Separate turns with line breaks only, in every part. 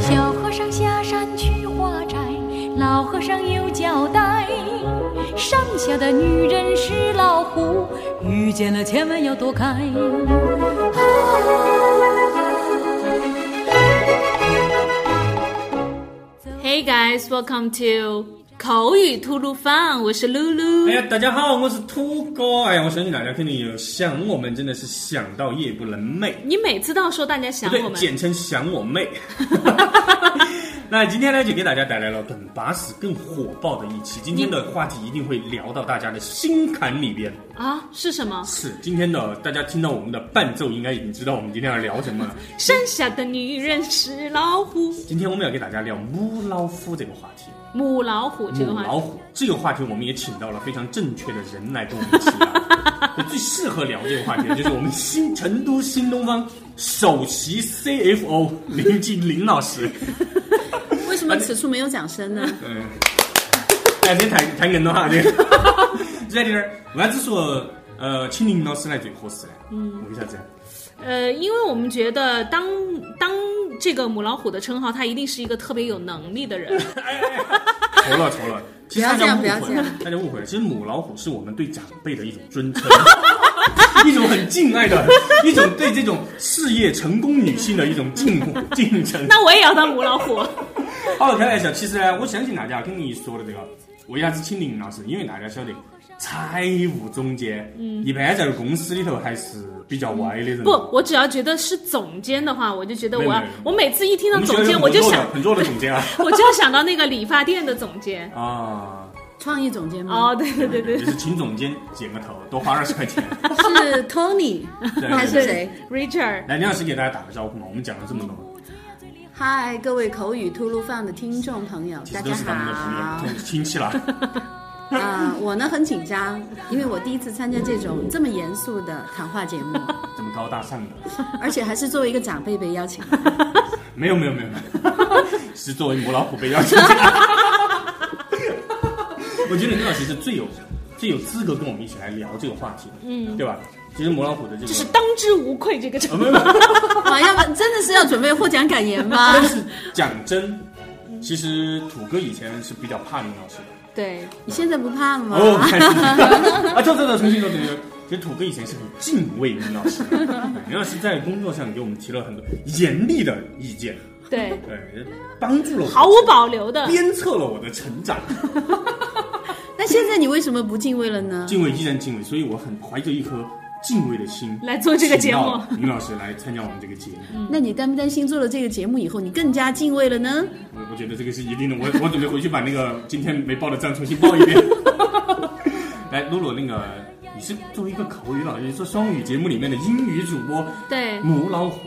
小和尚下山去化斋，老和尚有交代：山下的女人是老虎，遇见了千万要躲开。啊走
Hey guys, welcome to 口语吐鲁番，我是露露
哎。呀，大家好，我是土哥。哎呀，我相信大家肯定有想我们，真的是想到夜不能寐，
你每次都说大家想
不对
我，们，
简称想 我妹。那今天呢，就给大家带来了更巴适、更火爆的一期。今天的话题一定会聊到大家的心坎里边。
啊是什么？
是，今天的大家听到我们的伴奏，应该已经知道我们今天要聊什么了。
山下的女人是老虎，
今天我们要给大家聊母老虎这个话题。
母老虎这个
母
话
老
题。
虎这个话题，我们也请到了非常正确的人来跟我们一起 聊。最适合聊这个话题的就是我们新成都新东方首席 CFO 林静林老师。
为什
啊
么此处没有掌声呢？
嗯，哎，这谈谈人的话，这个 在这儿，我还是说，呃，请林老师来最合适嘞。嗯，为啥子？
呃，因为我们觉得当当这个母老虎的称号，他一定是一个特别有能力的 人。
愁了 愁了，其实大家误
不要
会
这样不要这
了
样，
大家误会了。其实母老虎是我们对长辈的一种尊称， 一种很敬爱的，一种对这种事业成功女性的一种敬敬称。
那我也要当母老虎。
好了，开玩笑，其实呢，我相信大家跟你说的这个，为啥子请林老师？因为大家晓得，财务总监，
嗯
一般在公司里头还是比较歪的人。
不，我只要觉得是总监的话，我就觉得我要
没有没有
我每次一听到
我们学
总
校
监，
有
我就
很弱的
想，
很弱的总 监啊
我就要想到那个理发店的总监。
啊，
创意总监吗？
哦，对对对对
就是请总监剪个头，多花二十块 钱。
是 Tony
对
还是谁？
，Richard，
来，林老师给大家打个招呼嘛，我们讲了这么多。
嗨，各位口语吐露放的听众朋友，
其
大
实都
家
是
好
咱们的朋友、亲戚啦。
啊、我呢很紧张，因为我第一次参加这种这么严肃的谈话节 目，
这么高大上的？
而且还是作为一个长辈被邀请。
没有没有没有，没有是作为母老虎被邀请。 我觉得林老师是最有最有资格跟我们一起来聊这个话题的，嗯，对吧？其实母老虎的这个
就是当之无愧这个称
啊，没有没有，
哇，要不真的是要准备获奖感言吗？
但是讲真，其实土哥以前是比较怕林老师的。
对你现在不怕吗？
哦， 开始啊，走走走，重新说重新说。其实土哥以前是很敬畏林老师的，对林老师在工作上给我们提了很多严厉的意见，
对，
对，帮助了 我，
毫无保留的。
鞭策了我的成长。
那现在你为什么不敬畏了呢？
敬畏依然敬畏，所以我很怀着一颗敬畏的心
来做这个节目嗯
请到林老师来参加我们这个节目，
那你担不担心做了这个节目以后，你更加敬畏了呢？
我我觉得这个是一定的。我我准备回去把那个今天没报的账重新报一 遍。来，露露，那个你是作为一个口语老师，做双语节目里面的英语主播
对，
母老虎，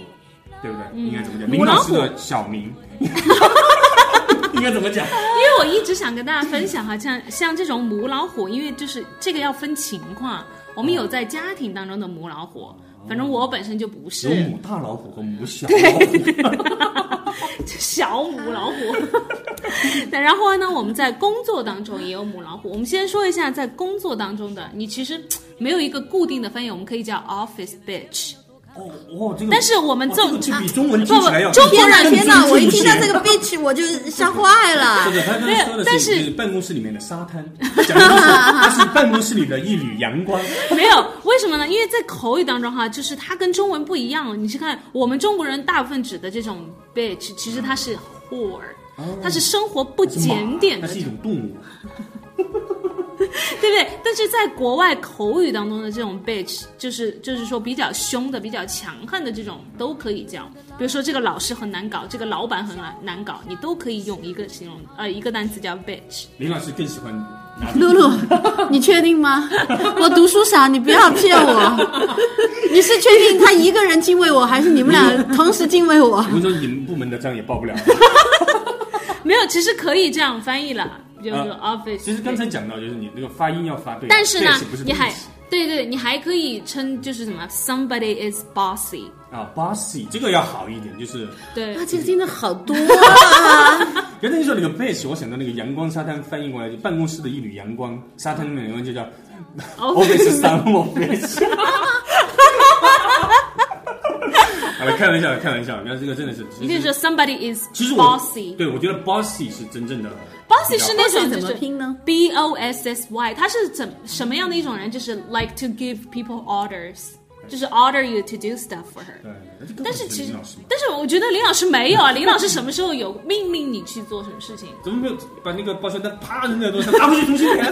对不对？应该怎么讲？
嗯
林
母老
老师
虎
的小 名，应该怎么讲？
因为我一直想跟大家分享哈，像像这种母老虎，因为就是这个要分情况，我们有在家庭当中的母老虎，反正我本身就不
有
是
母大老虎和母小老虎。
小母老虎。 对，然后呢，我们在工作当中也有母老虎。我们先说一下在工作当中的，你其实没有一个固定的翻译，我们可以叫 office bitch。
哦哦，这个，
但是我们
哇
这
这个比中文听
不
起来要
不中啊
天
国
哪
人
天哪！我一听到这
个。
个 bitch 我就吓坏
对
了。
对，他刚才说
啊
的
但
是
是
就是办公室里面的沙滩，讲的是它是办公室里的一缕阳光。
没有，为什么呢？因为在口语当中哈，就是它跟中文不一样。你去看我们中国人大部分指的这种 bitch，其实它是 whore，它是生活不检点
它
的，
是
对
一种动物，
不对？但是在国外口语当中的这种 bitch，就是就是说比较凶的、比较强悍的这种都可以叫。比如说这个老师很难搞，这个老板很难难搞，你都可以用一个形容呃一个单词叫 bitch。
林老师更喜欢拿
露露，你确定吗？我读书少，你不要骗我。你是确定他一个人敬畏我，还是你们俩同时敬畏我
我？跟你说，你们部门的账也报不了。
没有，其实可以这样翻译了，就是说 office。
其实刚才讲到，就是你那个发音要发对，啊
但是呢
这也不是，
你还
bitch
对对，你还可以称就是什么，somebody is bossy，
啊，bossy 这个要好一点，就是
对
哇，这个真的好多啊！
刚才你说那个 bitch，我想到那个阳光沙滩翻译过来，就办公室的一缕阳光，沙滩上面的阳光就叫
哦
office sun office。好了，开玩笑，开玩笑，那这个真的是，
你可以说 somebody is
其实我
bossy。
对我觉得 bossy 是真正的
bossy 是那种
bossy
就是
怎么拼呢
？b o s s y，他是怎什么样的一种
嗯
人？就是 like to give people orders，就是 order you to do stuff for her。
对，
但是其实
林老师嘛，
但是我觉得林老师没有啊，林老师什么时候有命令你去做什么事情？
怎么没有把那个保险单啪扔在桌上，拿回去重新填？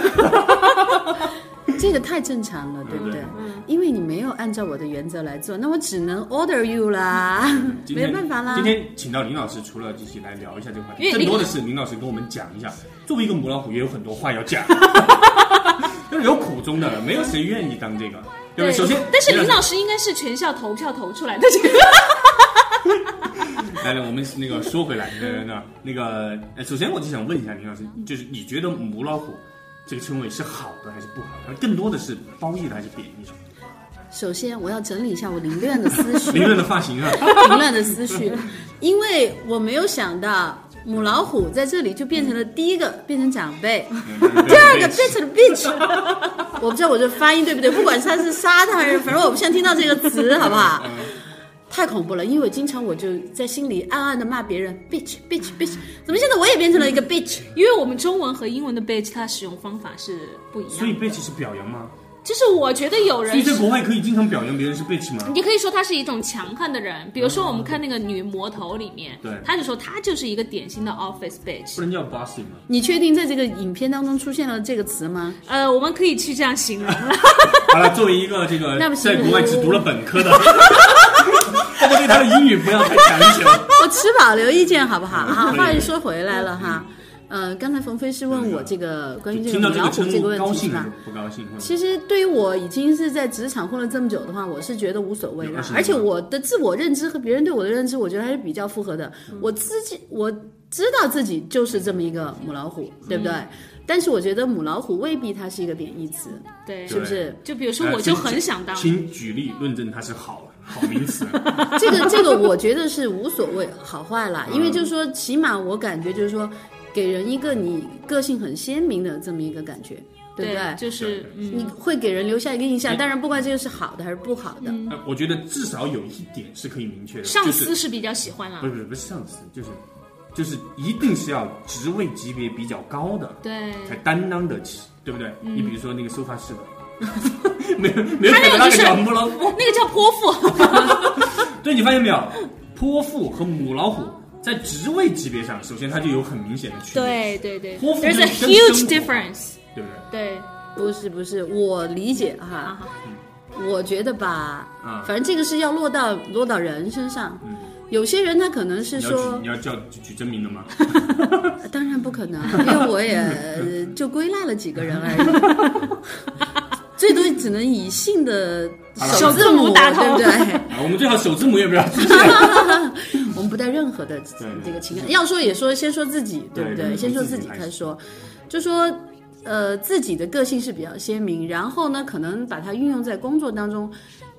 这个太正常了，对不对
对？
因为你没有按照我的原则来做，那我只能 order you 啦，
今
没
天
办法啦。
今天请到林老师，除了一起来聊一下这个话题，
因为
更
林
多的是林老师跟我们讲一下，作为一个母老虎，也有很多话 要讲，就是有苦衷的，没有谁愿意当这个。对不对？首先，
但是林老
师，
师应该是全校投票投出来的这个。
来来，我们那个说回来，对对对，那个，呃首先我就想问一下林老师，就是你觉得母老虎这个称谓是好的还是不好的？它更多的是褒义的还是贬义的？
首先我要整理一下我凌乱的思绪，
凌乱的发 型啊，
凌乱的思绪，因为我没有想到母老虎在这里就变成了第一个变成长辈，
第
第二个变成了 bitch。我不知道我这发音对不对，不管是他是杀他还是，反正我不想听到这个词，好不好？太恐怖了，因为经常我就在心里暗暗的骂别人 bitch bitch bitch，怎么现在我也变成了一个 bitch？
因为我们中文和英文的 bitch 它使用方法是不一
所以
样的。
背弃是表扬吗？
就是我觉得有
所
人
以在国外可以经常表扬别人是背弃吗？
你可以说他是一种强悍的人，比如说我们看那个女魔头里面，
对
他就说他就是一个典型的 office bitch
不。能叫 bossy 吗？
你确定在这个影片当中出现了这个词吗？
呃，我们可以去这样形容 了。
好了，作为一个这个
那不行
在国外只读了本 科的，大家对他的英语不要太强求。
我持保留意见，好不好啊？
可以
话又说回来了哈，呃，刚才冯飞是问我这个关于这
听
个
到这
母老
个
虎
称
这个
呼，
问
高
题是
兴还
吧
是？不高兴？
其实对于我已经是在职场混了这么久的话，我是觉得无所谓
有
的
二十，年
而且我的自我认知和别人对我的认知，我觉得还是比较符合的。
嗯
我自己我知道自己就是这么一个母老虎，对不对？
嗯
但是我觉得母老虎未必它是一个贬义词，
对，
是不是？
就比如
哎
说我就很想当，
请举例论证它是好 好名词。啊
这个这个，我觉得是无所谓好坏
嗯
啦，因为就是说，起码我感觉就是说，给人一个你个性很鲜明的这么一个感觉，对不对？
就是
对
嗯，
你会给人留下一个印象，
哎
当然不管这个是好的还是不好的，
呃我觉得至少有一点是可以明确的，
嗯上
就是
司是比较喜欢啦
不。是不是不是上司，就是就是一定是要职位级别比较高的
对，
才担当得起，对不对？你比如说那个收发 室的，没有没有
嗯他那个
可能那
就
个
是
小母老虎，
那个叫泼妇。
对你发现没有，泼妇和母老虎在职位级别上，首先它就有很明显的区别，
对对对
泼妇
，there's a
就是跟生
huge
活
difference。
对不对？
对，
不是不是，我理解
啊
哈，
好
我觉得吧
啊，
反正这个是要落到落到人身上，
嗯，
有些人他可能是
你要举
说
你，要叫举举真名的吗？
当然不可能，因为我也呃就归纳了几个人而已， 最多只能以姓的
首字
字
母
母
打头
对不对？
啊，我们最好首字母也不要出 现。
我们不带任何的
对
这个情感，要说也说，先说自己，对不
对对
先说
从自己
己
开
开
始
说，就说呃自己的个性是比较鲜明，然后呢，可能把它运用在工作当中，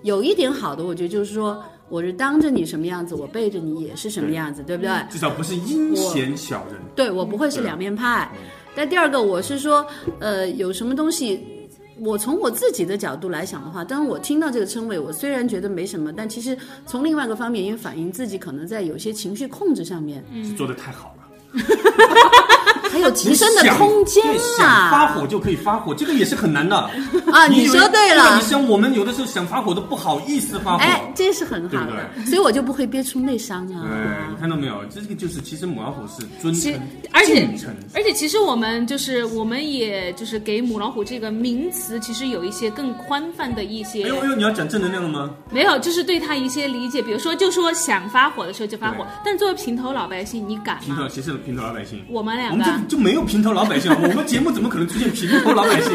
有一点好的，我觉得就是说，我是当着你什么样子，我背着你也是什么样子，对不对？
至少不是阴险小人。
对我不会是
对啊嗯
两面派。但第二个，我是说，呃，有什么东西，我从我自己的角度来想的话，当然我听到这个称谓，我虽然觉得没什么，但其实从另外一个方面也反映自己可能在有些情绪控制上面
是做的太好了，
还有嗯提升的
你想
空间
对想发
啊！
火就可以发火，这个也是很难的
啊，
你以
你
为
说对
对
了
你。像我们有的时候想发火都不好意思发火。
哎，这是很好
对
的
不，
所以我就不会憋出内伤
哎，
啊
你。看到没有？这个就是其实母老虎是尊
其
称，
而且
敬称
而且，其实我们就是，我们也就是给“母老虎”这个名词，其实有一些更宽泛的一些
哎呦哎呦，你要讲正能量了吗？
没有，就是对他一些理解，比如说，就说想发火的时候就发火
对，
但作为平头老百姓，你敢
平头，
吗？
谁是平头老百姓？
我们
我
两
们
个，
这就没有平头老百姓，我们节目怎么可能出现平头老百姓？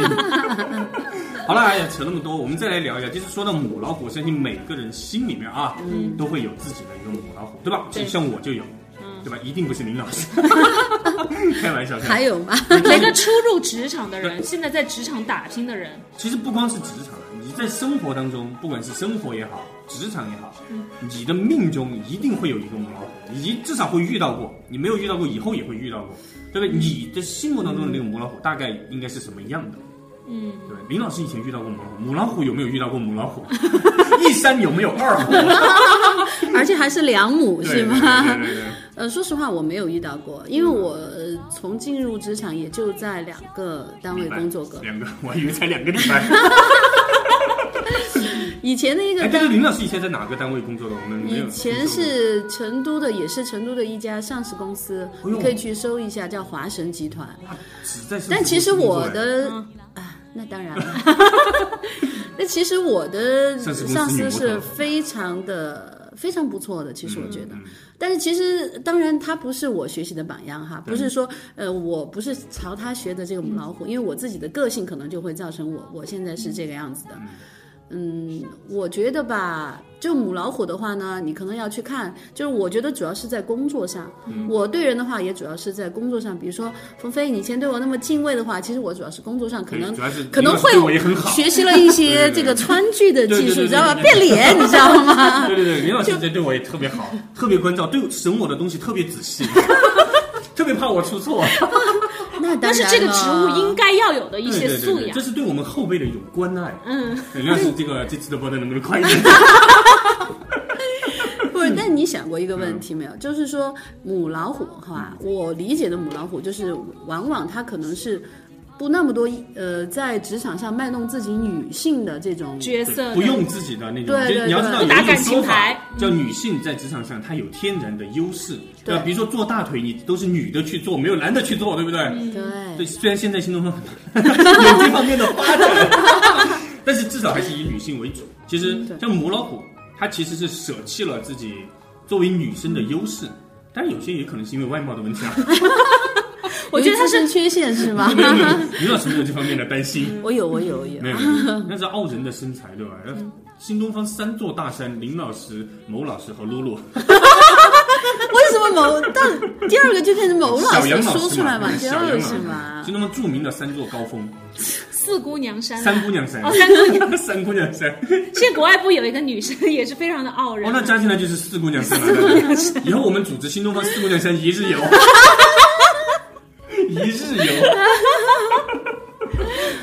好了，哎呀，扯那么多，我们再来聊一下，就是说到母老虎，相信每个人心里面啊，都会有自己的一个母老虎，对吧？
对
像我就有，对吧？一定不是林老师， 开玩笑。开玩笑
还有吗？
每个初入职场的 人，现在在职场打拼的人，
其实不光是职场，你在生活当中，不管是生活也好，职场也好，
嗯
你的命中一定会有一个母老虎，你至少会遇到过。你没有
嗯
遇到过，以后也会遇到过，对不对？你的心目当中的那个母老虎大概应该是什么样的？嗯，对，林老师以前遇到过母老虎，母老虎有没有遇到过母老虎？ 一山有没有二 虎？
而且还是两母
对
是
对对
吗？
对对对
呃，说实话，我没有遇到过，因为我呃从进入职场也就在两个单位工作过。
两个，我以为才两个礼 拜。
以前的一个
哎，但
单
是林老师以前在哪个单位工作的？我们没有
以前是成都的，也是成都的一家上市公司，
哎呦
你可以去搜一下，叫华神集团。
只在是
但其实我的
嗯
啊，那当然了。 那其实我的
上市公司
上司
女魔
是
头
非常的非常不错的，其实我觉得。
嗯
但是其实当然他不是我学习的榜样哈，不是说呃我不是朝他学的这个母老虎，因为我自己的个性可能就会造成我我现在是这个样子的。嗯，我觉得吧，就母老虎的话呢，你可能要去看，就是我觉得主要是在工作上，
嗯
我对人的话也主要是在工作上，比如说冯飞，你以前对我那么敬畏的话，其实我主要是工作上可
对
能
主要是
可能
林老师
会
对我也很好
学习了一些
对对对
这个川剧的技
对对
术，
对对
知道吧？
对对
变
对
脸，你知道 吗？
对对对，林老师这对我也特别好， 特别关照，对审我的东西特别仔细， 特别怕我出错。
那当
但
然
是这个职务应
该
该要有的 一
对
些
对对
素
对，
养
这。是对我们后辈的一种关爱。
嗯，
林老师，这个这次的播的能不能快一点？
不是。但你想过一个问题
嗯
没有？就是说母老虎的话，我理解的母老虎就是往往它可能是。不那么多，呃，在职场上卖弄自己女性的这 种
角色的
不用自己的那种，
对
就
对
你要知道有
不打
一种
感情
说法
牌嗯
叫女性在职场上她有天然的优势，
对
对吧？比如说做大腿，你都是女的去做，没有男的去做，对不对？对，
对，
虽然现在新东方 有这方面的发展，但是至少还是以女性为主。其实
嗯对
像母老虎，它其实是舍弃了自己作为女生的优势，但是有些也可能是因为外貌的问题啊。
我觉得他
它
是
是缺陷是吗？
没有没有于老师没有这方面的担心。
我有，我有，我有
没。有，没 有那是傲人的身材，对吧？那
嗯
新东方三座大山，林老师、某老师和露露，
为什么某到第二个就变成某老
小
师
杨老
说
师
出来
嘛
嘛？，第
小杨
二个
老师
是吗？
新东方著名的三座高峰，
四姑娘山啊，
三姑娘山
哦，，三姑娘。
三姑娘山，
现在国外不有一个女生也是非常的傲人
哦，，那加起来就是四姑娘山了。对不对以后我们组织新东方四姑娘山一 日游，一日游。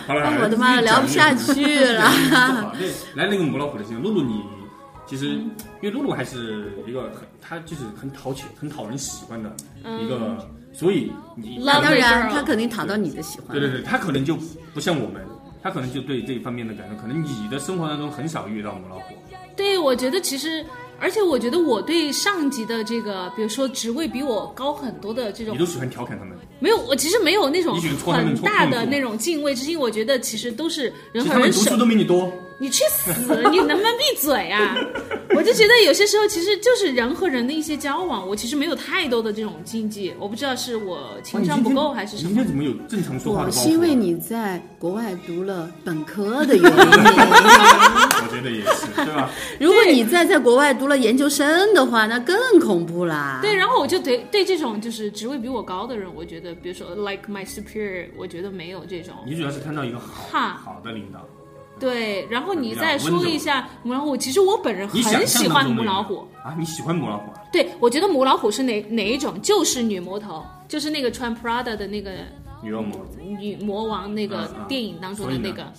好了，
哎，我的妈呀，
继续
聊不下
讲
去 了。
对，来那个母老虎的事情，露露你其实因为露露还是一个很，她就是很讨喜、很讨人喜欢的一个，
嗯
所以你
那当然，
Lovely girl
他肯定讨到你的喜欢
对。对对，她可能就不像我们，她可能就对这一方面的感受，可能你的生活当中很少遇到母老虎。
对，我觉得其实，而且我觉得我对上级的这个，比如说职位比我高很多的这种
你都，喜欢调侃他们，
没有，我其实没有那种
你喜欢戳他们
很大
戳
的
痛处
那种敬畏之心。我觉得其实都是
其
人
实
和
他们
人
读书
手，
都比你多，
你去死！你能不能闭嘴啊？ 我就觉得有些时候其实就是人和人的一些交往，我其实没有太多的这种禁忌。我不知道是我情商不够还是什
你今
么
天。怎么有正常说话
我
的包
是因为
袱？
你在国外读了本科的原 因，
我觉得也是，对吧？
如果你再在国外读了研究生的话，那更恐怖啦。
对，然后我就对对这种就是职位比我高的人，我觉得，比如说 like my superior，我觉得没有这种。
你主要是看到一个好
哈
好的领导，
对，然后你
比较
再
温
说
柔
一下母老虎，其实我本人
你想
很喜
象当
欢
中
母
的一个
老虎。
啊，你喜欢母老虎啊？
对，我觉得母老虎是哪哪一种？就是女魔头，就是那个穿 Prada 的那个
女恶魔。
女魔王那个
嗯嗯
电影当中的
所以呢
那个。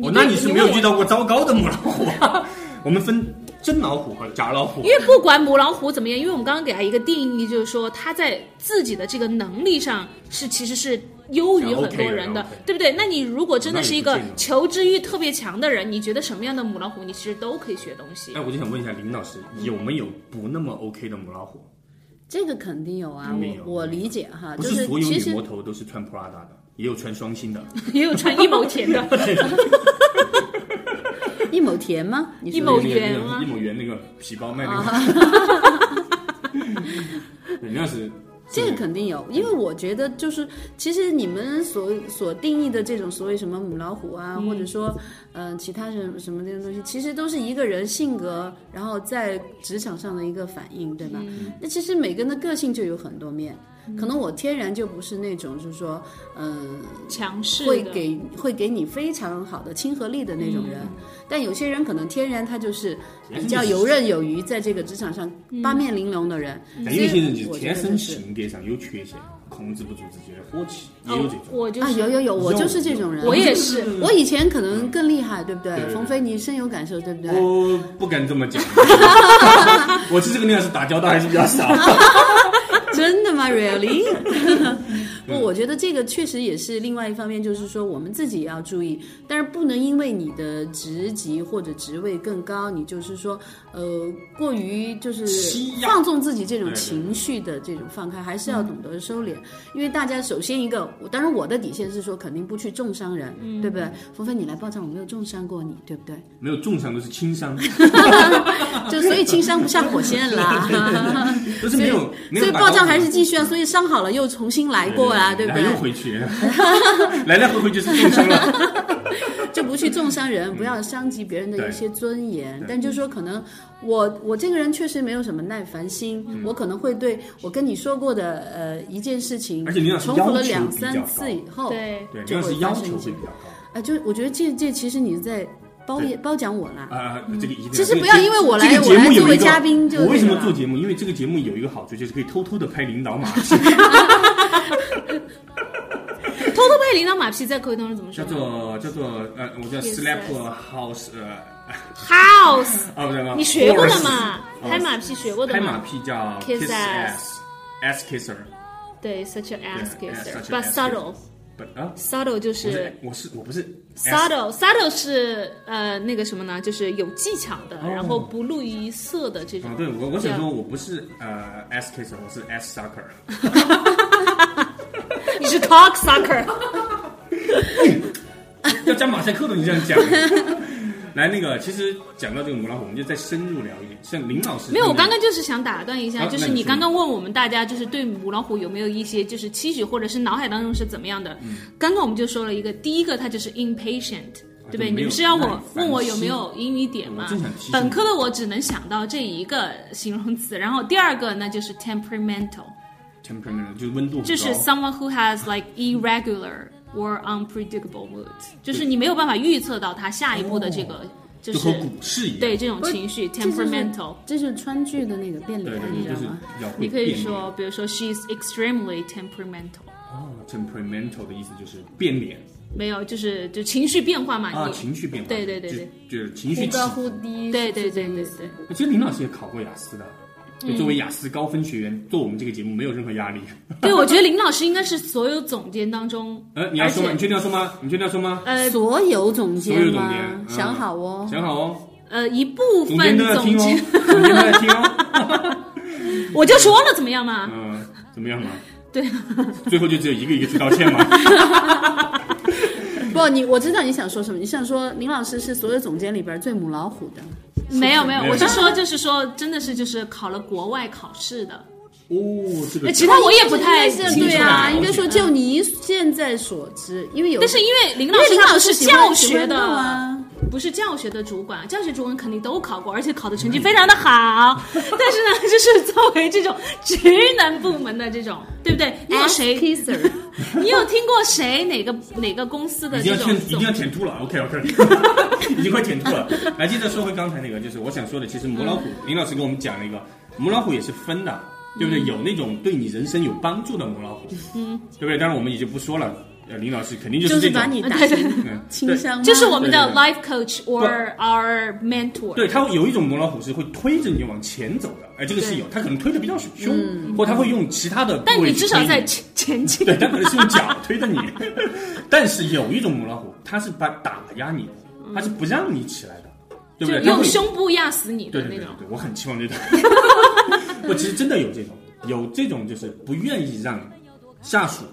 我那你是没有遇
到，
到过糟糕的母老虎啊？我们分真老虎和假老虎
因。为不管母老虎怎么样，因为我们刚刚给它一个定义，就是说它在自己的这个能力上是其实是优于
啊
很多
，OK 的
人的
，OK 的，
对不对？那你如果真的
那
是
也
一
不
个
见得
求知欲特别强的人，你觉得什么样的母老虎，你其实都可以学东西
哎，。我就想问一下林老师，有没有不那么 OK 的母老虎？
这个肯定有啊，
肯定有
我我理解哈，
不
就是
所有
其
女
实
魔头都是穿 Prada 的，也有穿双星的。
也有穿一毛钱的，
一亩田吗？你说
一某亩
那个
元
那个
啊
一某元那个皮包卖那个。对林老师，嗯
这个肯定有，因为我觉得就是，其实你们所所定义的这种所谓什么母老虎啊，
嗯
或者说，呃，其他什么什么这种东西，其实都是一个人性格，然后在职场上的一个反应，对吧？
嗯
那其实每个人的个性就有很多面，可能我天然就不是那种，就是说，嗯、
强势的
会给会给你非常好的亲和力的那种人，
嗯
但有些人可能天然他就是比较游刃有余，在这个职场上八面玲珑的人，
但嗯
所以
有些人就
我
是
觉
天
得这
生
是
性格上有缺陷，控制不住自己的火气，也有这
哦
种。
我就
啊，
是
有有有，我就是这种人，
我也是
我以前可能更厉害，对不
对对
对？
嗯对
冯飞，你深有感受，对不对？
我不敢这么讲，我其实跟你老师打交道还是比较少。
真的吗？Really？不，我觉得这个确实也是另外一方面，就是说我们自己也要注意，但是不能因为你的职级或者职位更高，你就是说呃过于就是
欺压
放纵自己这种
对对对嗯
情绪的这种放开，还是要懂得收敛，因为大家首先一个，我当然我的底线是说肯定不去重伤人，
嗯
对不对？冯飞，你来报账，我没有重伤过你，对不对？
没有重伤都是轻伤，
就所以轻伤不上火 线 啦。
都是没有没
所
有
以
打
报
到
账还是继续啊，所以伤好了又重新来过啊，对不
然后又
对？
回去，来来回回就是重伤了。
就不去重伤人，不要伤及别人的一些尊严
嗯对。
但就说可能我我这个人确实没有什么耐烦心，
嗯
我可能会对我跟你说过的呃一件事情
而且你老，师
重复
要
了
求
两
比较
三
高
次以后，
对
对，
就
要
会
是要
发生
求
一些
会比较高
啊，就我觉得这这其实你在褒
对
褒奖我啦。
啊，这个一定。
其实
这个
不要因为我来
这个节目
我来
有一个
作为嘉宾就
我为什么
那个
做节目？因为这个节目有一个好处，就是可以偷偷的拍领导马屁，
偷偷拍领导马屁，在口语当中怎么
叫
说呢
做叫做呃，我叫
Yes,
slap
yes.
house 呃
？House，
啊，不对吗？
你学过的
horse
嘛？
horse
拍马屁学过的
拍马
嘛？
屁叫
Kiss
kiss
ass
ass，ass kisser，
对，such an ass
Yeah,
kisser。
such an
But
ass
subtle,
but 啊，
subtle 就
不
是
是，我是我不是 ass
subtle subtle 是呃那个什么呢？就是有技巧的，
哦
然后不露于色的这种
啊，。对我我想
这
说，
样
我不是呃 S kisser，我是 S sucker。
你是 cock sucker，
要加马赛克的，你这样讲。 来，那个，其实讲到这个母老虎，我们就再深入聊一点。像林老师，
没有，我刚刚就是想打断一下，
啊
就是
那你
你
说
刚刚问我们大家，就是对母老虎有没有一些就是期许，或者是脑海当中是怎么样的？
嗯
刚刚我们就说了一个，第一个它就是 impatient。对不
啊就没
对？
有
你不是要
耐
我
烦
问我
心
有没有英语点吗
我正想提醒？你
本科的我只能想到这一个形容词，然后第二个呢就是 temperamental，
temperament 就是温度很高，
就是 someone who has like irregular or unpredictable mood，就是你没有办法预测到他下一步的这个就
就是和股市一样。
对这种情绪
这就是
temperamental。
这就是川剧的那个变
对
脸，
对
你
对，
知
就是
道吗？
要会
你可以
变脸
说，比如说 she's extremely temperamental，
哦，temperamental 的意思就是变脸
没有，就是就情绪变化嘛，
啊，
你
情绪变化，
对对对
就
对，
就是情绪
忽
起
高
伏。
忽低，
对对
是这
对
个
对
意思
对，
其实林老师也考过雅思的，
嗯
就作为雅思高分学员做我们这个节目没有任何压力。
对，我觉得林老师应该是所有总监当中，
呃，你要说吗？
而
你
且
确定要说吗？你确定要说吗？
呃
所有总
所
监
有总
吗？
监嗯
想好哦。
想好哦，
呃一部
总
分
监都要听
总
哦
监，，
总监都要听哦。
我就说了怎么样嘛？
嗯，怎么样嘛？
对，
最后就只有一个一个去道 歉嘛。
不，你我知道你想说什么，你想说林老师是所有总监里边最母老虎的。
没有没有
嗯没，有
我是说就是说真的是就是考了国外考试的，
哦，这
那
个
哎其他我也不太
是
清
楚
对啊，
了解
应该说就你现在所知，因为有，
但是因为林
因
老
为
师
林
他
老
不
师
是
喜欢
教学
喜欢弄
的。
啊，
不是教学的主管，教学主管肯定都考过，而且考的成绩非常的好。 但是呢，就是作为这种职能部门的这种，对不对？你有
Ass
谁？
kisser
你有听过谁哪个哪个公司的
一定
呃这
要
种
舔，一定
总
要？舔吐了。OK OK，已经快舔吐了。来，接着说回刚才那个，就是我想说的，其实母老虎，
嗯
林老师给我们讲了一个，母老虎也是分的，对不对？有那种对你人生有帮助的母老虎，嗯，对不对？当然我们也就不说了。呃，林老师肯定就
就是是
这种
把，你打
啊对对对
嗯
轻伤吗，
就是我们的
对
life coach or our mentor。
对，它会有一种母老虎是会推着你往前走的，哎，这个是有，它可能推的比较凶，或它会用其他的部位
嗯但你
去
至少
推
在前前进。
对，它可能是用脚推着你。但是有一种母老虎，它是把打压你，它是不让你起来的，对不
就
对？它
用
会
胸部压死你
对
的
对
那
对
种
对，，对我很期望这种。 我其实真的有这种，有这种就是不愿意让下属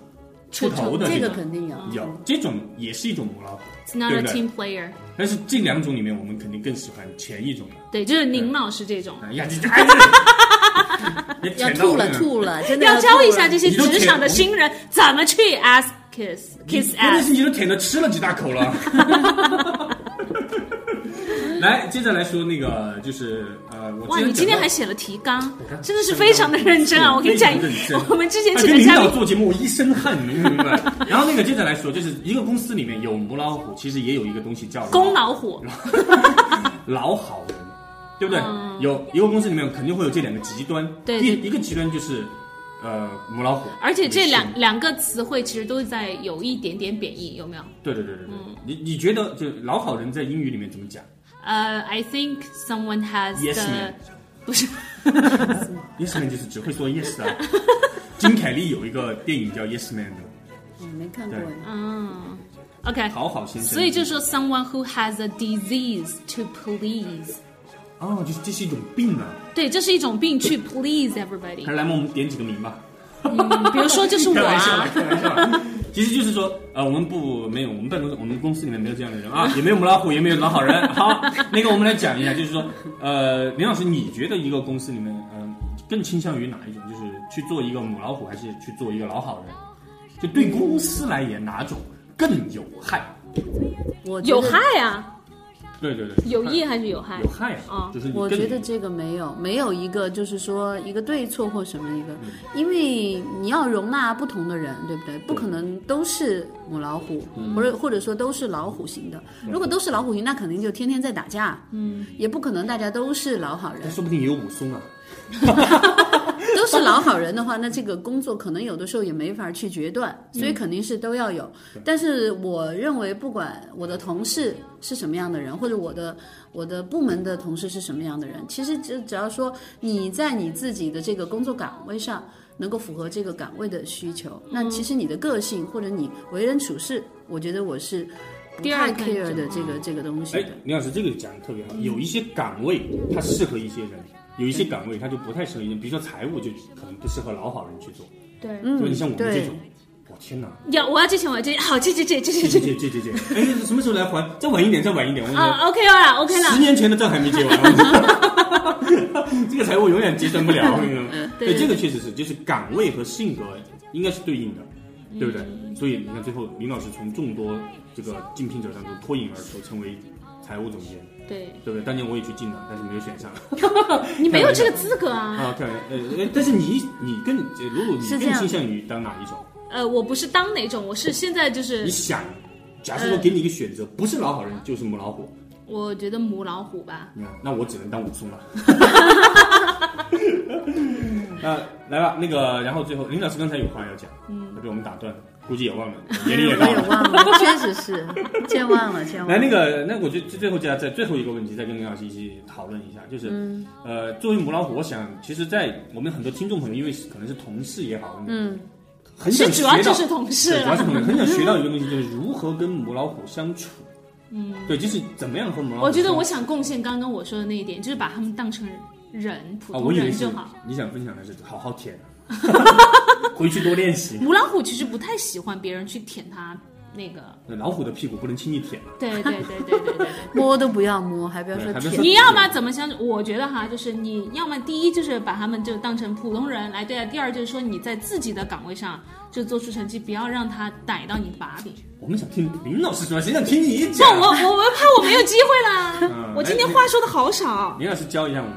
出头的
这个
种
肯定有。
有这种也是一种母老虎，
，It's not
对
a
不对
team player。
但是这两种里面，我们肯定更喜欢前一种的。
对，就是林老师这种，
哎呀，这这哎这别
要
舔到我
吐了
这个
吐了，真的
要
吐
教
了
一下这些
你都
职场的
舔
新人怎么去 ask kiss
你
kiss
关键
ask。
是你都舔的吃了几大口 了。来，接着来说那个就是呃，我
哇，
之前
你今天
讲到
还写了提纲
我看，
真的是非常的认真啊！
我
我跟你讲
非常认真，
我们之前
啊
请
跟
的
领
嘉
导
宾，
做节目，我一身汗，你明白吗？ 然后那个接着来说，就是一个公司里面有母老虎，其实也有一个东西叫
公老虎，
老好人，对不对？
嗯
有一个公司里面肯定会有这两个极端，
对对
一一个极端就是。呃，母老虎，
而且这
女
两
性
两个词汇其实都在有一点点贬义，有没有？
对对对对对，
嗯
你你觉得就老好人在英语里面怎么讲
呃、i think someone has
？Yes
the
man，
不是
Yes Man 就是只会说 Yes 的。 金凯利有一个电影叫 Yes Man 的，
我没看过
对
嗯，OK，
好好先生。
所以就说 someone who has a disease to please，
哦，就是这是一种病啊。
对，这是一种病 去 please everybody 嗯
还。是来帮我们点几个名吧。
比如说就是
开
我
玩笑啦，
啊，
开玩笑啦。其实就是说，呃，我们不没有，我们办公室、我们公司里面没有这样的人啊， 也没有母老虎，也没有老好人。 好，那个我们来讲一下，就是说，呃，林老师，你觉得一个公司里面，嗯、更倾向于哪一种？就是去做一个母老虎，还是去做一个老好人？就对公司来言，哪种更有害？
我觉
有
得
害啊，
对对对，
有益还是有害
有？害
啊，
啊就是你
哎嗯我
更
觉得这个没有没有一个就是说一个对错或什么一个，
嗯
因为你要容纳不同的人，对不对？不可能都是母老虎，
嗯
或者或者说都是老虎型的。如果都是老虎型，那肯定就天天在打架，嗯，也不可能大家都是老好人
但。说不定也有武松啊。
都是老好人的话，那这个工作可能有的时候也没法去决断，
嗯
所以肯定是都要有。但是我认为，不管我的同事是什么样的人，或者我的我的部门的同事是什么样的人，其实只只要说你在你自己的这个工作岗位上能够符合这个岗位的需求，
嗯
那其实你的个性或者你为人处事，我觉得我是不
第二
太
看重
care 的这个这个东西
哎
的。，
李老师这个讲的特别
嗯
好，有一些岗位它适合一些人，有一些岗位它就不太适合一些人，比如说财务就可能不适合老好人去做，
对，
嗯
所以你像我们这
对
种，我天哪，
有我要这些，我要这些，好，这这这这这
这这
这
这这这这， 哎，什么时候来还？再晚一点，再晚一点，我跟你说。
啊，OK 啦，OK
十
啦，
年前的账还没结完， 这个财务永远结算不了。我跟你说
对
对，这个确实是，就是岗位和性格应该是对应的，对不对？所以你看，最后林老师从众多这个竞聘者当中脱颖而出，成为财务总监。
对
对不对？当年我也去进了，但是没有选上。
你没有这个资格啊。
啊，看，呃，呃但是你你更呃鲁鲁，你
是这
更
样
倾向于当哪一种？
呃，我不是当哪种，我是现在就
你
是，
想，假设说给你一个选择，不是老好人就是母老虎，
我觉得母老虎吧。
那那我只能当武松了。那来吧，那个，然后最后林老师刚才有话要讲，嗯，被我们打断了，估计也忘了，年龄也
我
大
也
了。
忘了，确实是 健忘了，健忘
来，
了。
那个，那我就最后加在最后一个问题，再跟林老师一起讨论一下，就是，呃，作为母老虎，我想，其实，在我们很多听众朋友，因为是可能是同事也好，
嗯，
很
是
想
主要
学
就
到，
是同事啊
对，主要
了
是，很很想学到一个东西，就是如何跟母老虎相处。嗯，对，就是怎么样和母老虎相处。
我觉得我想贡献刚刚我说的那一点，就是把他们当成人，普
啊，
通
我以为
人
是
就好。
你想分享的是好好舔，啊 回去多练习。
母老虎其实不太喜欢别人去舔它那个，
老虎的屁股不能轻易舔，啊
对对对对对对 对。
摸都不要摸，还不要说
对还不要
舔
说。
你要么怎么相处？我觉得哈，就是你要么第一就是把他们就当成普通人来对待，第二就是说你在自己的岗位上就做出成绩，不要让他逮到你把柄。
我们想听林老师说，谁想听你
不，
讲？
我我我怕我没有机会啦
嗯。
我今天话说的好少。
林老师教一下我们。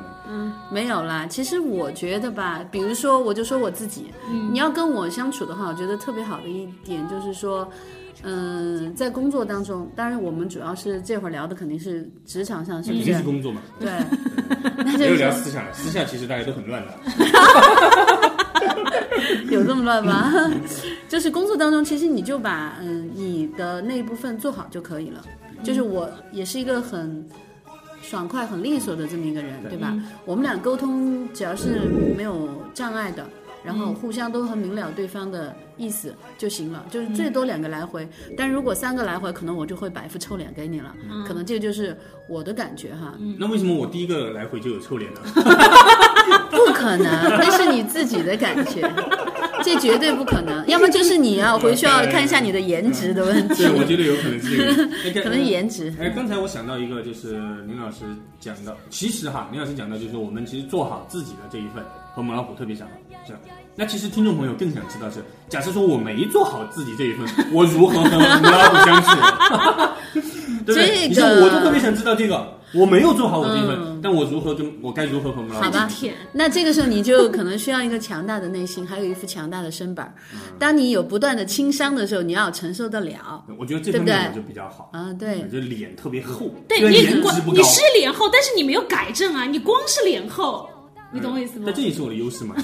没有啦，其实我觉得吧，比如说，我就说我自己，你要跟我相处的话，我觉得特别好的一点就是说，嗯、在工作当中，当然我们主要是这会儿聊的肯定是职场上，是
嗯
肯
不
定
是
是？工作嘛，
对，
没有聊私下，私下其实大家都很乱的。
有这么乱吗？就是工作当中，其实你就把嗯你的那一部分做好就可以了。就是我也是一个很爽快、很利索的这么一个人，对吧？我们俩沟通只要是没有障碍的，然后互相都很明了对方的意思就行了，就是最多两个来回。但如果三个来回，可能我就会白副臭脸给你了，可能这就是我的感觉哈。
嗯
那为什么我第一个来回就有臭脸 呢？
不可能，那是你自己的感 觉，这绝对不可能。要么就是你要、回去要看一下你的颜值的问题
对，，我觉得有可能是 这个，哎
可能颜值。
哎，刚才我想到一个，就是林老师讲到，其实哈，林老师讲到就是我们其实做好自己的这一份，和母老虎特别想这样。那其实听众朋友更想知道是，假设说我没做好自己这一份，我如何和母老虎相处？ 对不
这
对？
个
你像我都特别想知道这个，我没有做好我这一份，
嗯
但我如何跟我该如何和母老虎
好吧
相处？
舔，
那这个时候你就可能需要一个强大的内心，还有一副强大的身板儿。
嗯
当你有不断的轻伤的时候，你要承受得了
我觉得这
对
方
不
面我
对
就比较好，
啊！对，
就脸特别厚，
对
虽然
你
颜值不
你
高，
是脸厚，但是你没有改正啊，你光是脸厚，你懂我意思吗？
但这也是我的优势嘛，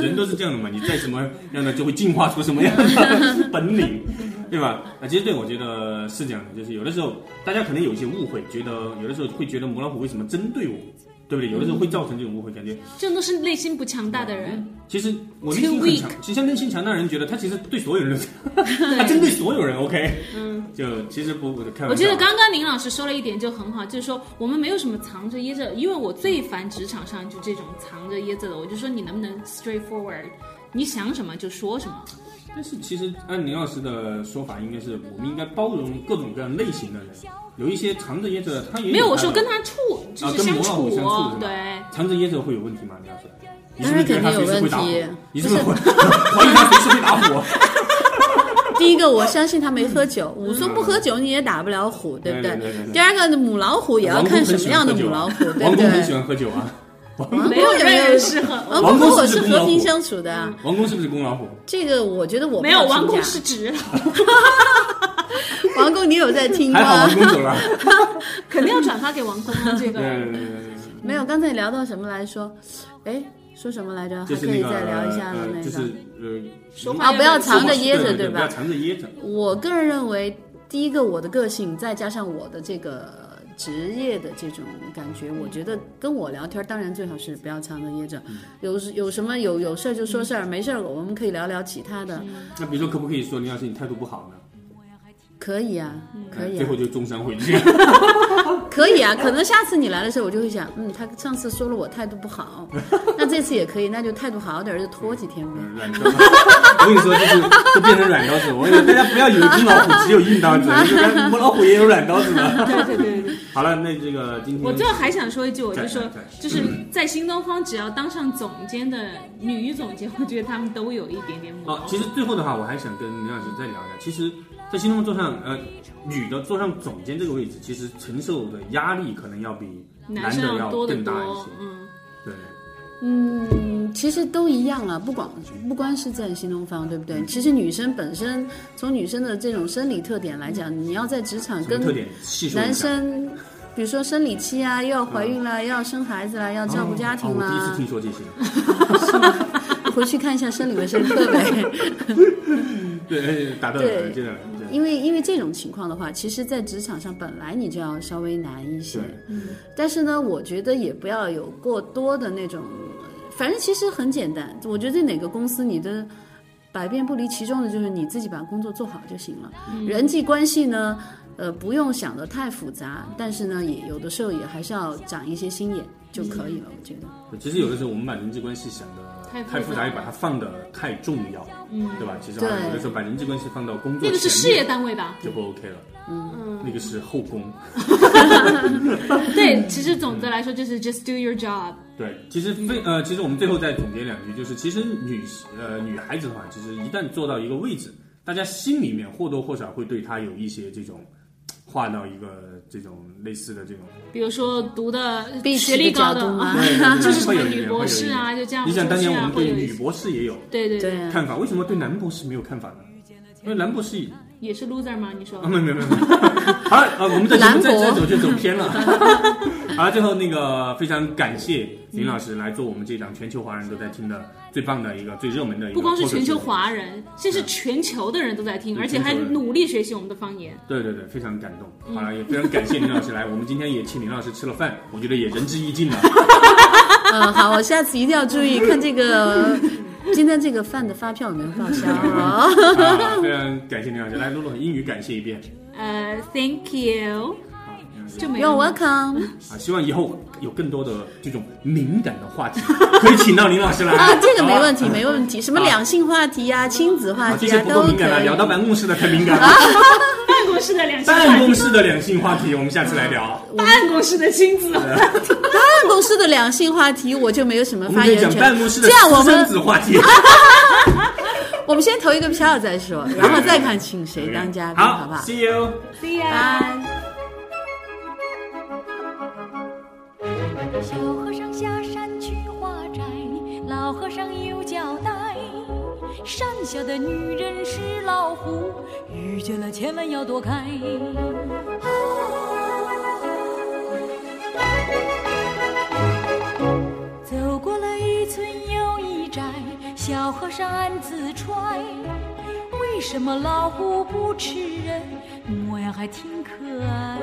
人都是 这样的嘛，你再什么样的就会进化出什么样的 本领，对吧？啊，其实对我觉得是这样的，就是有的时候大家可能有一些误会，觉得有的时候会觉得母老虎为什么针对我，对不对？有的时候会造成这种误会，感觉嗯
这种都是内心不强嗯大的人，
其实我内心很强，其实内心强大的人觉得他其实对所有人 都， 他针对所有人，OK，嗯，就其实不，开玩笑啊
我觉得刚刚林老师说了一点就很好，就是说我们没有什么藏着掖着，因为我最烦职场上就这种藏着掖着的，我就说你能不能 straightforward，你想什么就说什么。
但是其实按林老师的说法，应该是我们应该包容各种各样类型的人，有一些藏着掖着，他也
没有，我
他
说
的
跟他处就
啊
是
跟
相
母老虎
处，哦
相处是吧
对，
藏着掖着会有问题吗？林老师，你是
当
不
然
是觉得他随时会打火
肯定有问题？
你是不是会怀疑他随时会打 火？
第一个，我相信他没喝酒。武松不喝酒，你也打不了虎，对不
嗯对对对对
第二个，母老虎也要
王宫
看
很
什么
喜欢
样的
喝
母
酒啊
老虎，对
王
不
宫很喜
对？
欢喝酒啊，
没有人适合。
王
王
宫
宫
我
是
是
公老
和平
虎
相处的，啊
王宫是不是公老虎？
这个我觉得我不
没有
好
王
评
宫
价
是直，
王宫，你有在听
还好
吗
王？宫走 了。
肯定要转发给王宫啊这
对对
个。
对对对对。
没有，刚才你聊到什么来说？哎，说什么来着？
就
还
是
可
那
以
个，
再聊一下的
呃
那
就是
个。
呃，
说
啊，
话
不要藏着掖着，
对
吧
不要？藏着掖着。
我个人认为，第一个我的个性，再加上我的这个职业的这种感觉，我觉得跟我聊天，当然最好是不要藏着掖着，
嗯
有有什么有有事儿就说事儿，没事儿我们可以聊聊其他的，
那比如说，可不可以说林老师你态度不好呢？
可以啊，可以
嗯最
啊
后，就中山回去。
可以啊，可能下次你来的时候，我就会想，嗯，他上次说了我态度不 好，那这次也可以，那就态度好点儿，就拖几 天呗。
软刀，我跟你说，就是就变成软刀子。我跟你说，大家不要以为金老虎只有硬刀子，原来母老虎也有软刀子的。
对对对对，
好了，那这个今天
我最后还想说一句，我就说
对对，嗯
就是在新东方，只要当上总监的女总监，我觉得他们都有一点点母
哦
老，虎
其实最后的话，我还想跟林老师再聊一下。其实，在新东方坐上呃女的坐上总监这个位置，其实承受的压力可能要比
男
男
生
的
要
要
多得
更大一
多
些。。
嗯，
对，
嗯，其实都一样了，不光不光是在新东方，对不对？其实女生本身，从女生的这种生理特点来讲，你要在职场
什
跟
么特点？细说一下啊
男生，比如说生理期啊，又要怀孕啦，又要生孩子啦，要照顾家庭
哦哦我第一次
啦，
听说这些。
回去看一下生理卫生课呗。
对，哎打断了，
对
接着来。对
因为因为这种情况的话，其实，在职场上本来你就要稍微难一些
对，，
但是呢，我觉得也不要有过多的那种，反正其实很简单。我觉得哪个公司你的百变不离其宗的就是你自己把工作做好就行了。
嗯
人际关系呢，呃，不用想的太复杂，但是呢，也有的时候也还是要长一些心眼就可以了。我觉得，
其实有的时候我们把人际关系想的
太
太复
复
杂，
杂
也把它放的太重要，嗯，对吧？其实好像
对
有的时候把人际关系放到工作
那个是事
前
业
面
单位 吧？
就不 OK 了，嗯，那个是后宫。
对，其实总的来说就是 just do your job。
对，其实非呃，其实我们最后再总结两句，就是其实女呃女孩子的话，其实一旦坐到一个位置，大家心里面或多或少会对她有一些这种画到一个这种类似的这种
比如说读的
必须
学历
的
高
角
的
度吗
啊
对对，对
就是什
会
么
有一
女
点
博士啊，
会
就
有
这
一点
样
你
出
想当
去
年我
啊，
们
会
对
有一
女
些
博士也有
对对
对，啊，
看法，为什么对男博士没有看法呢？因为男博士
也是 loser 吗？你说
啊，没有没有没有。 好了，呃，我们这节目再再走就走偏 了。好了，最后那个非常感谢林老师来做我们这档全球华人都在听的最棒的一个最热门的一个
不
播
光
客节
是全
目，
球华人，这是全球的人都在听，
对
而且还
全球人
努力学习我们的方言。
对对对，非常感
嗯
动。好了，也非常感谢林老师来，我们今天也请林老师吃了饭，我觉得也仁至义 尽了。啊
嗯，好，我下次一定要注意看这个今天这个饭的发票有没有 报销
啊，
啊。
非常感谢林老师来，露露英语感谢一遍。
呃，Thank you，
啊，嗯
就没
You're
有
welcome
啊，希望以后有更多的这种敏感的话题可以请到林老师来
啊，这个没问题，
好吧
没问题。什么两性话题呀、亲子话
啊，这
题
些
呀、
不
都
够
可
敏感了，
以
聊。到办公室的太敏感 了。
办公室的两性
办
话
公
题，
室的两性话题，我们下次来聊。
办公室的亲子，
办公室的两性话题， 我就没有什么
我们
发
可以
言
讲办
权。
公室的
这样，我
私生
们
子话题，
我们先投一个票再说， 然后再看请谁当 嘉宾，好不好？
？See you。
对呀。
拜。
小和尚下山去化斋，老和尚有交代。山下的女人是老虎，遇见了千万要躲开。走过老和尚暗自揣，为什么老虎不吃人，模样还挺可爱。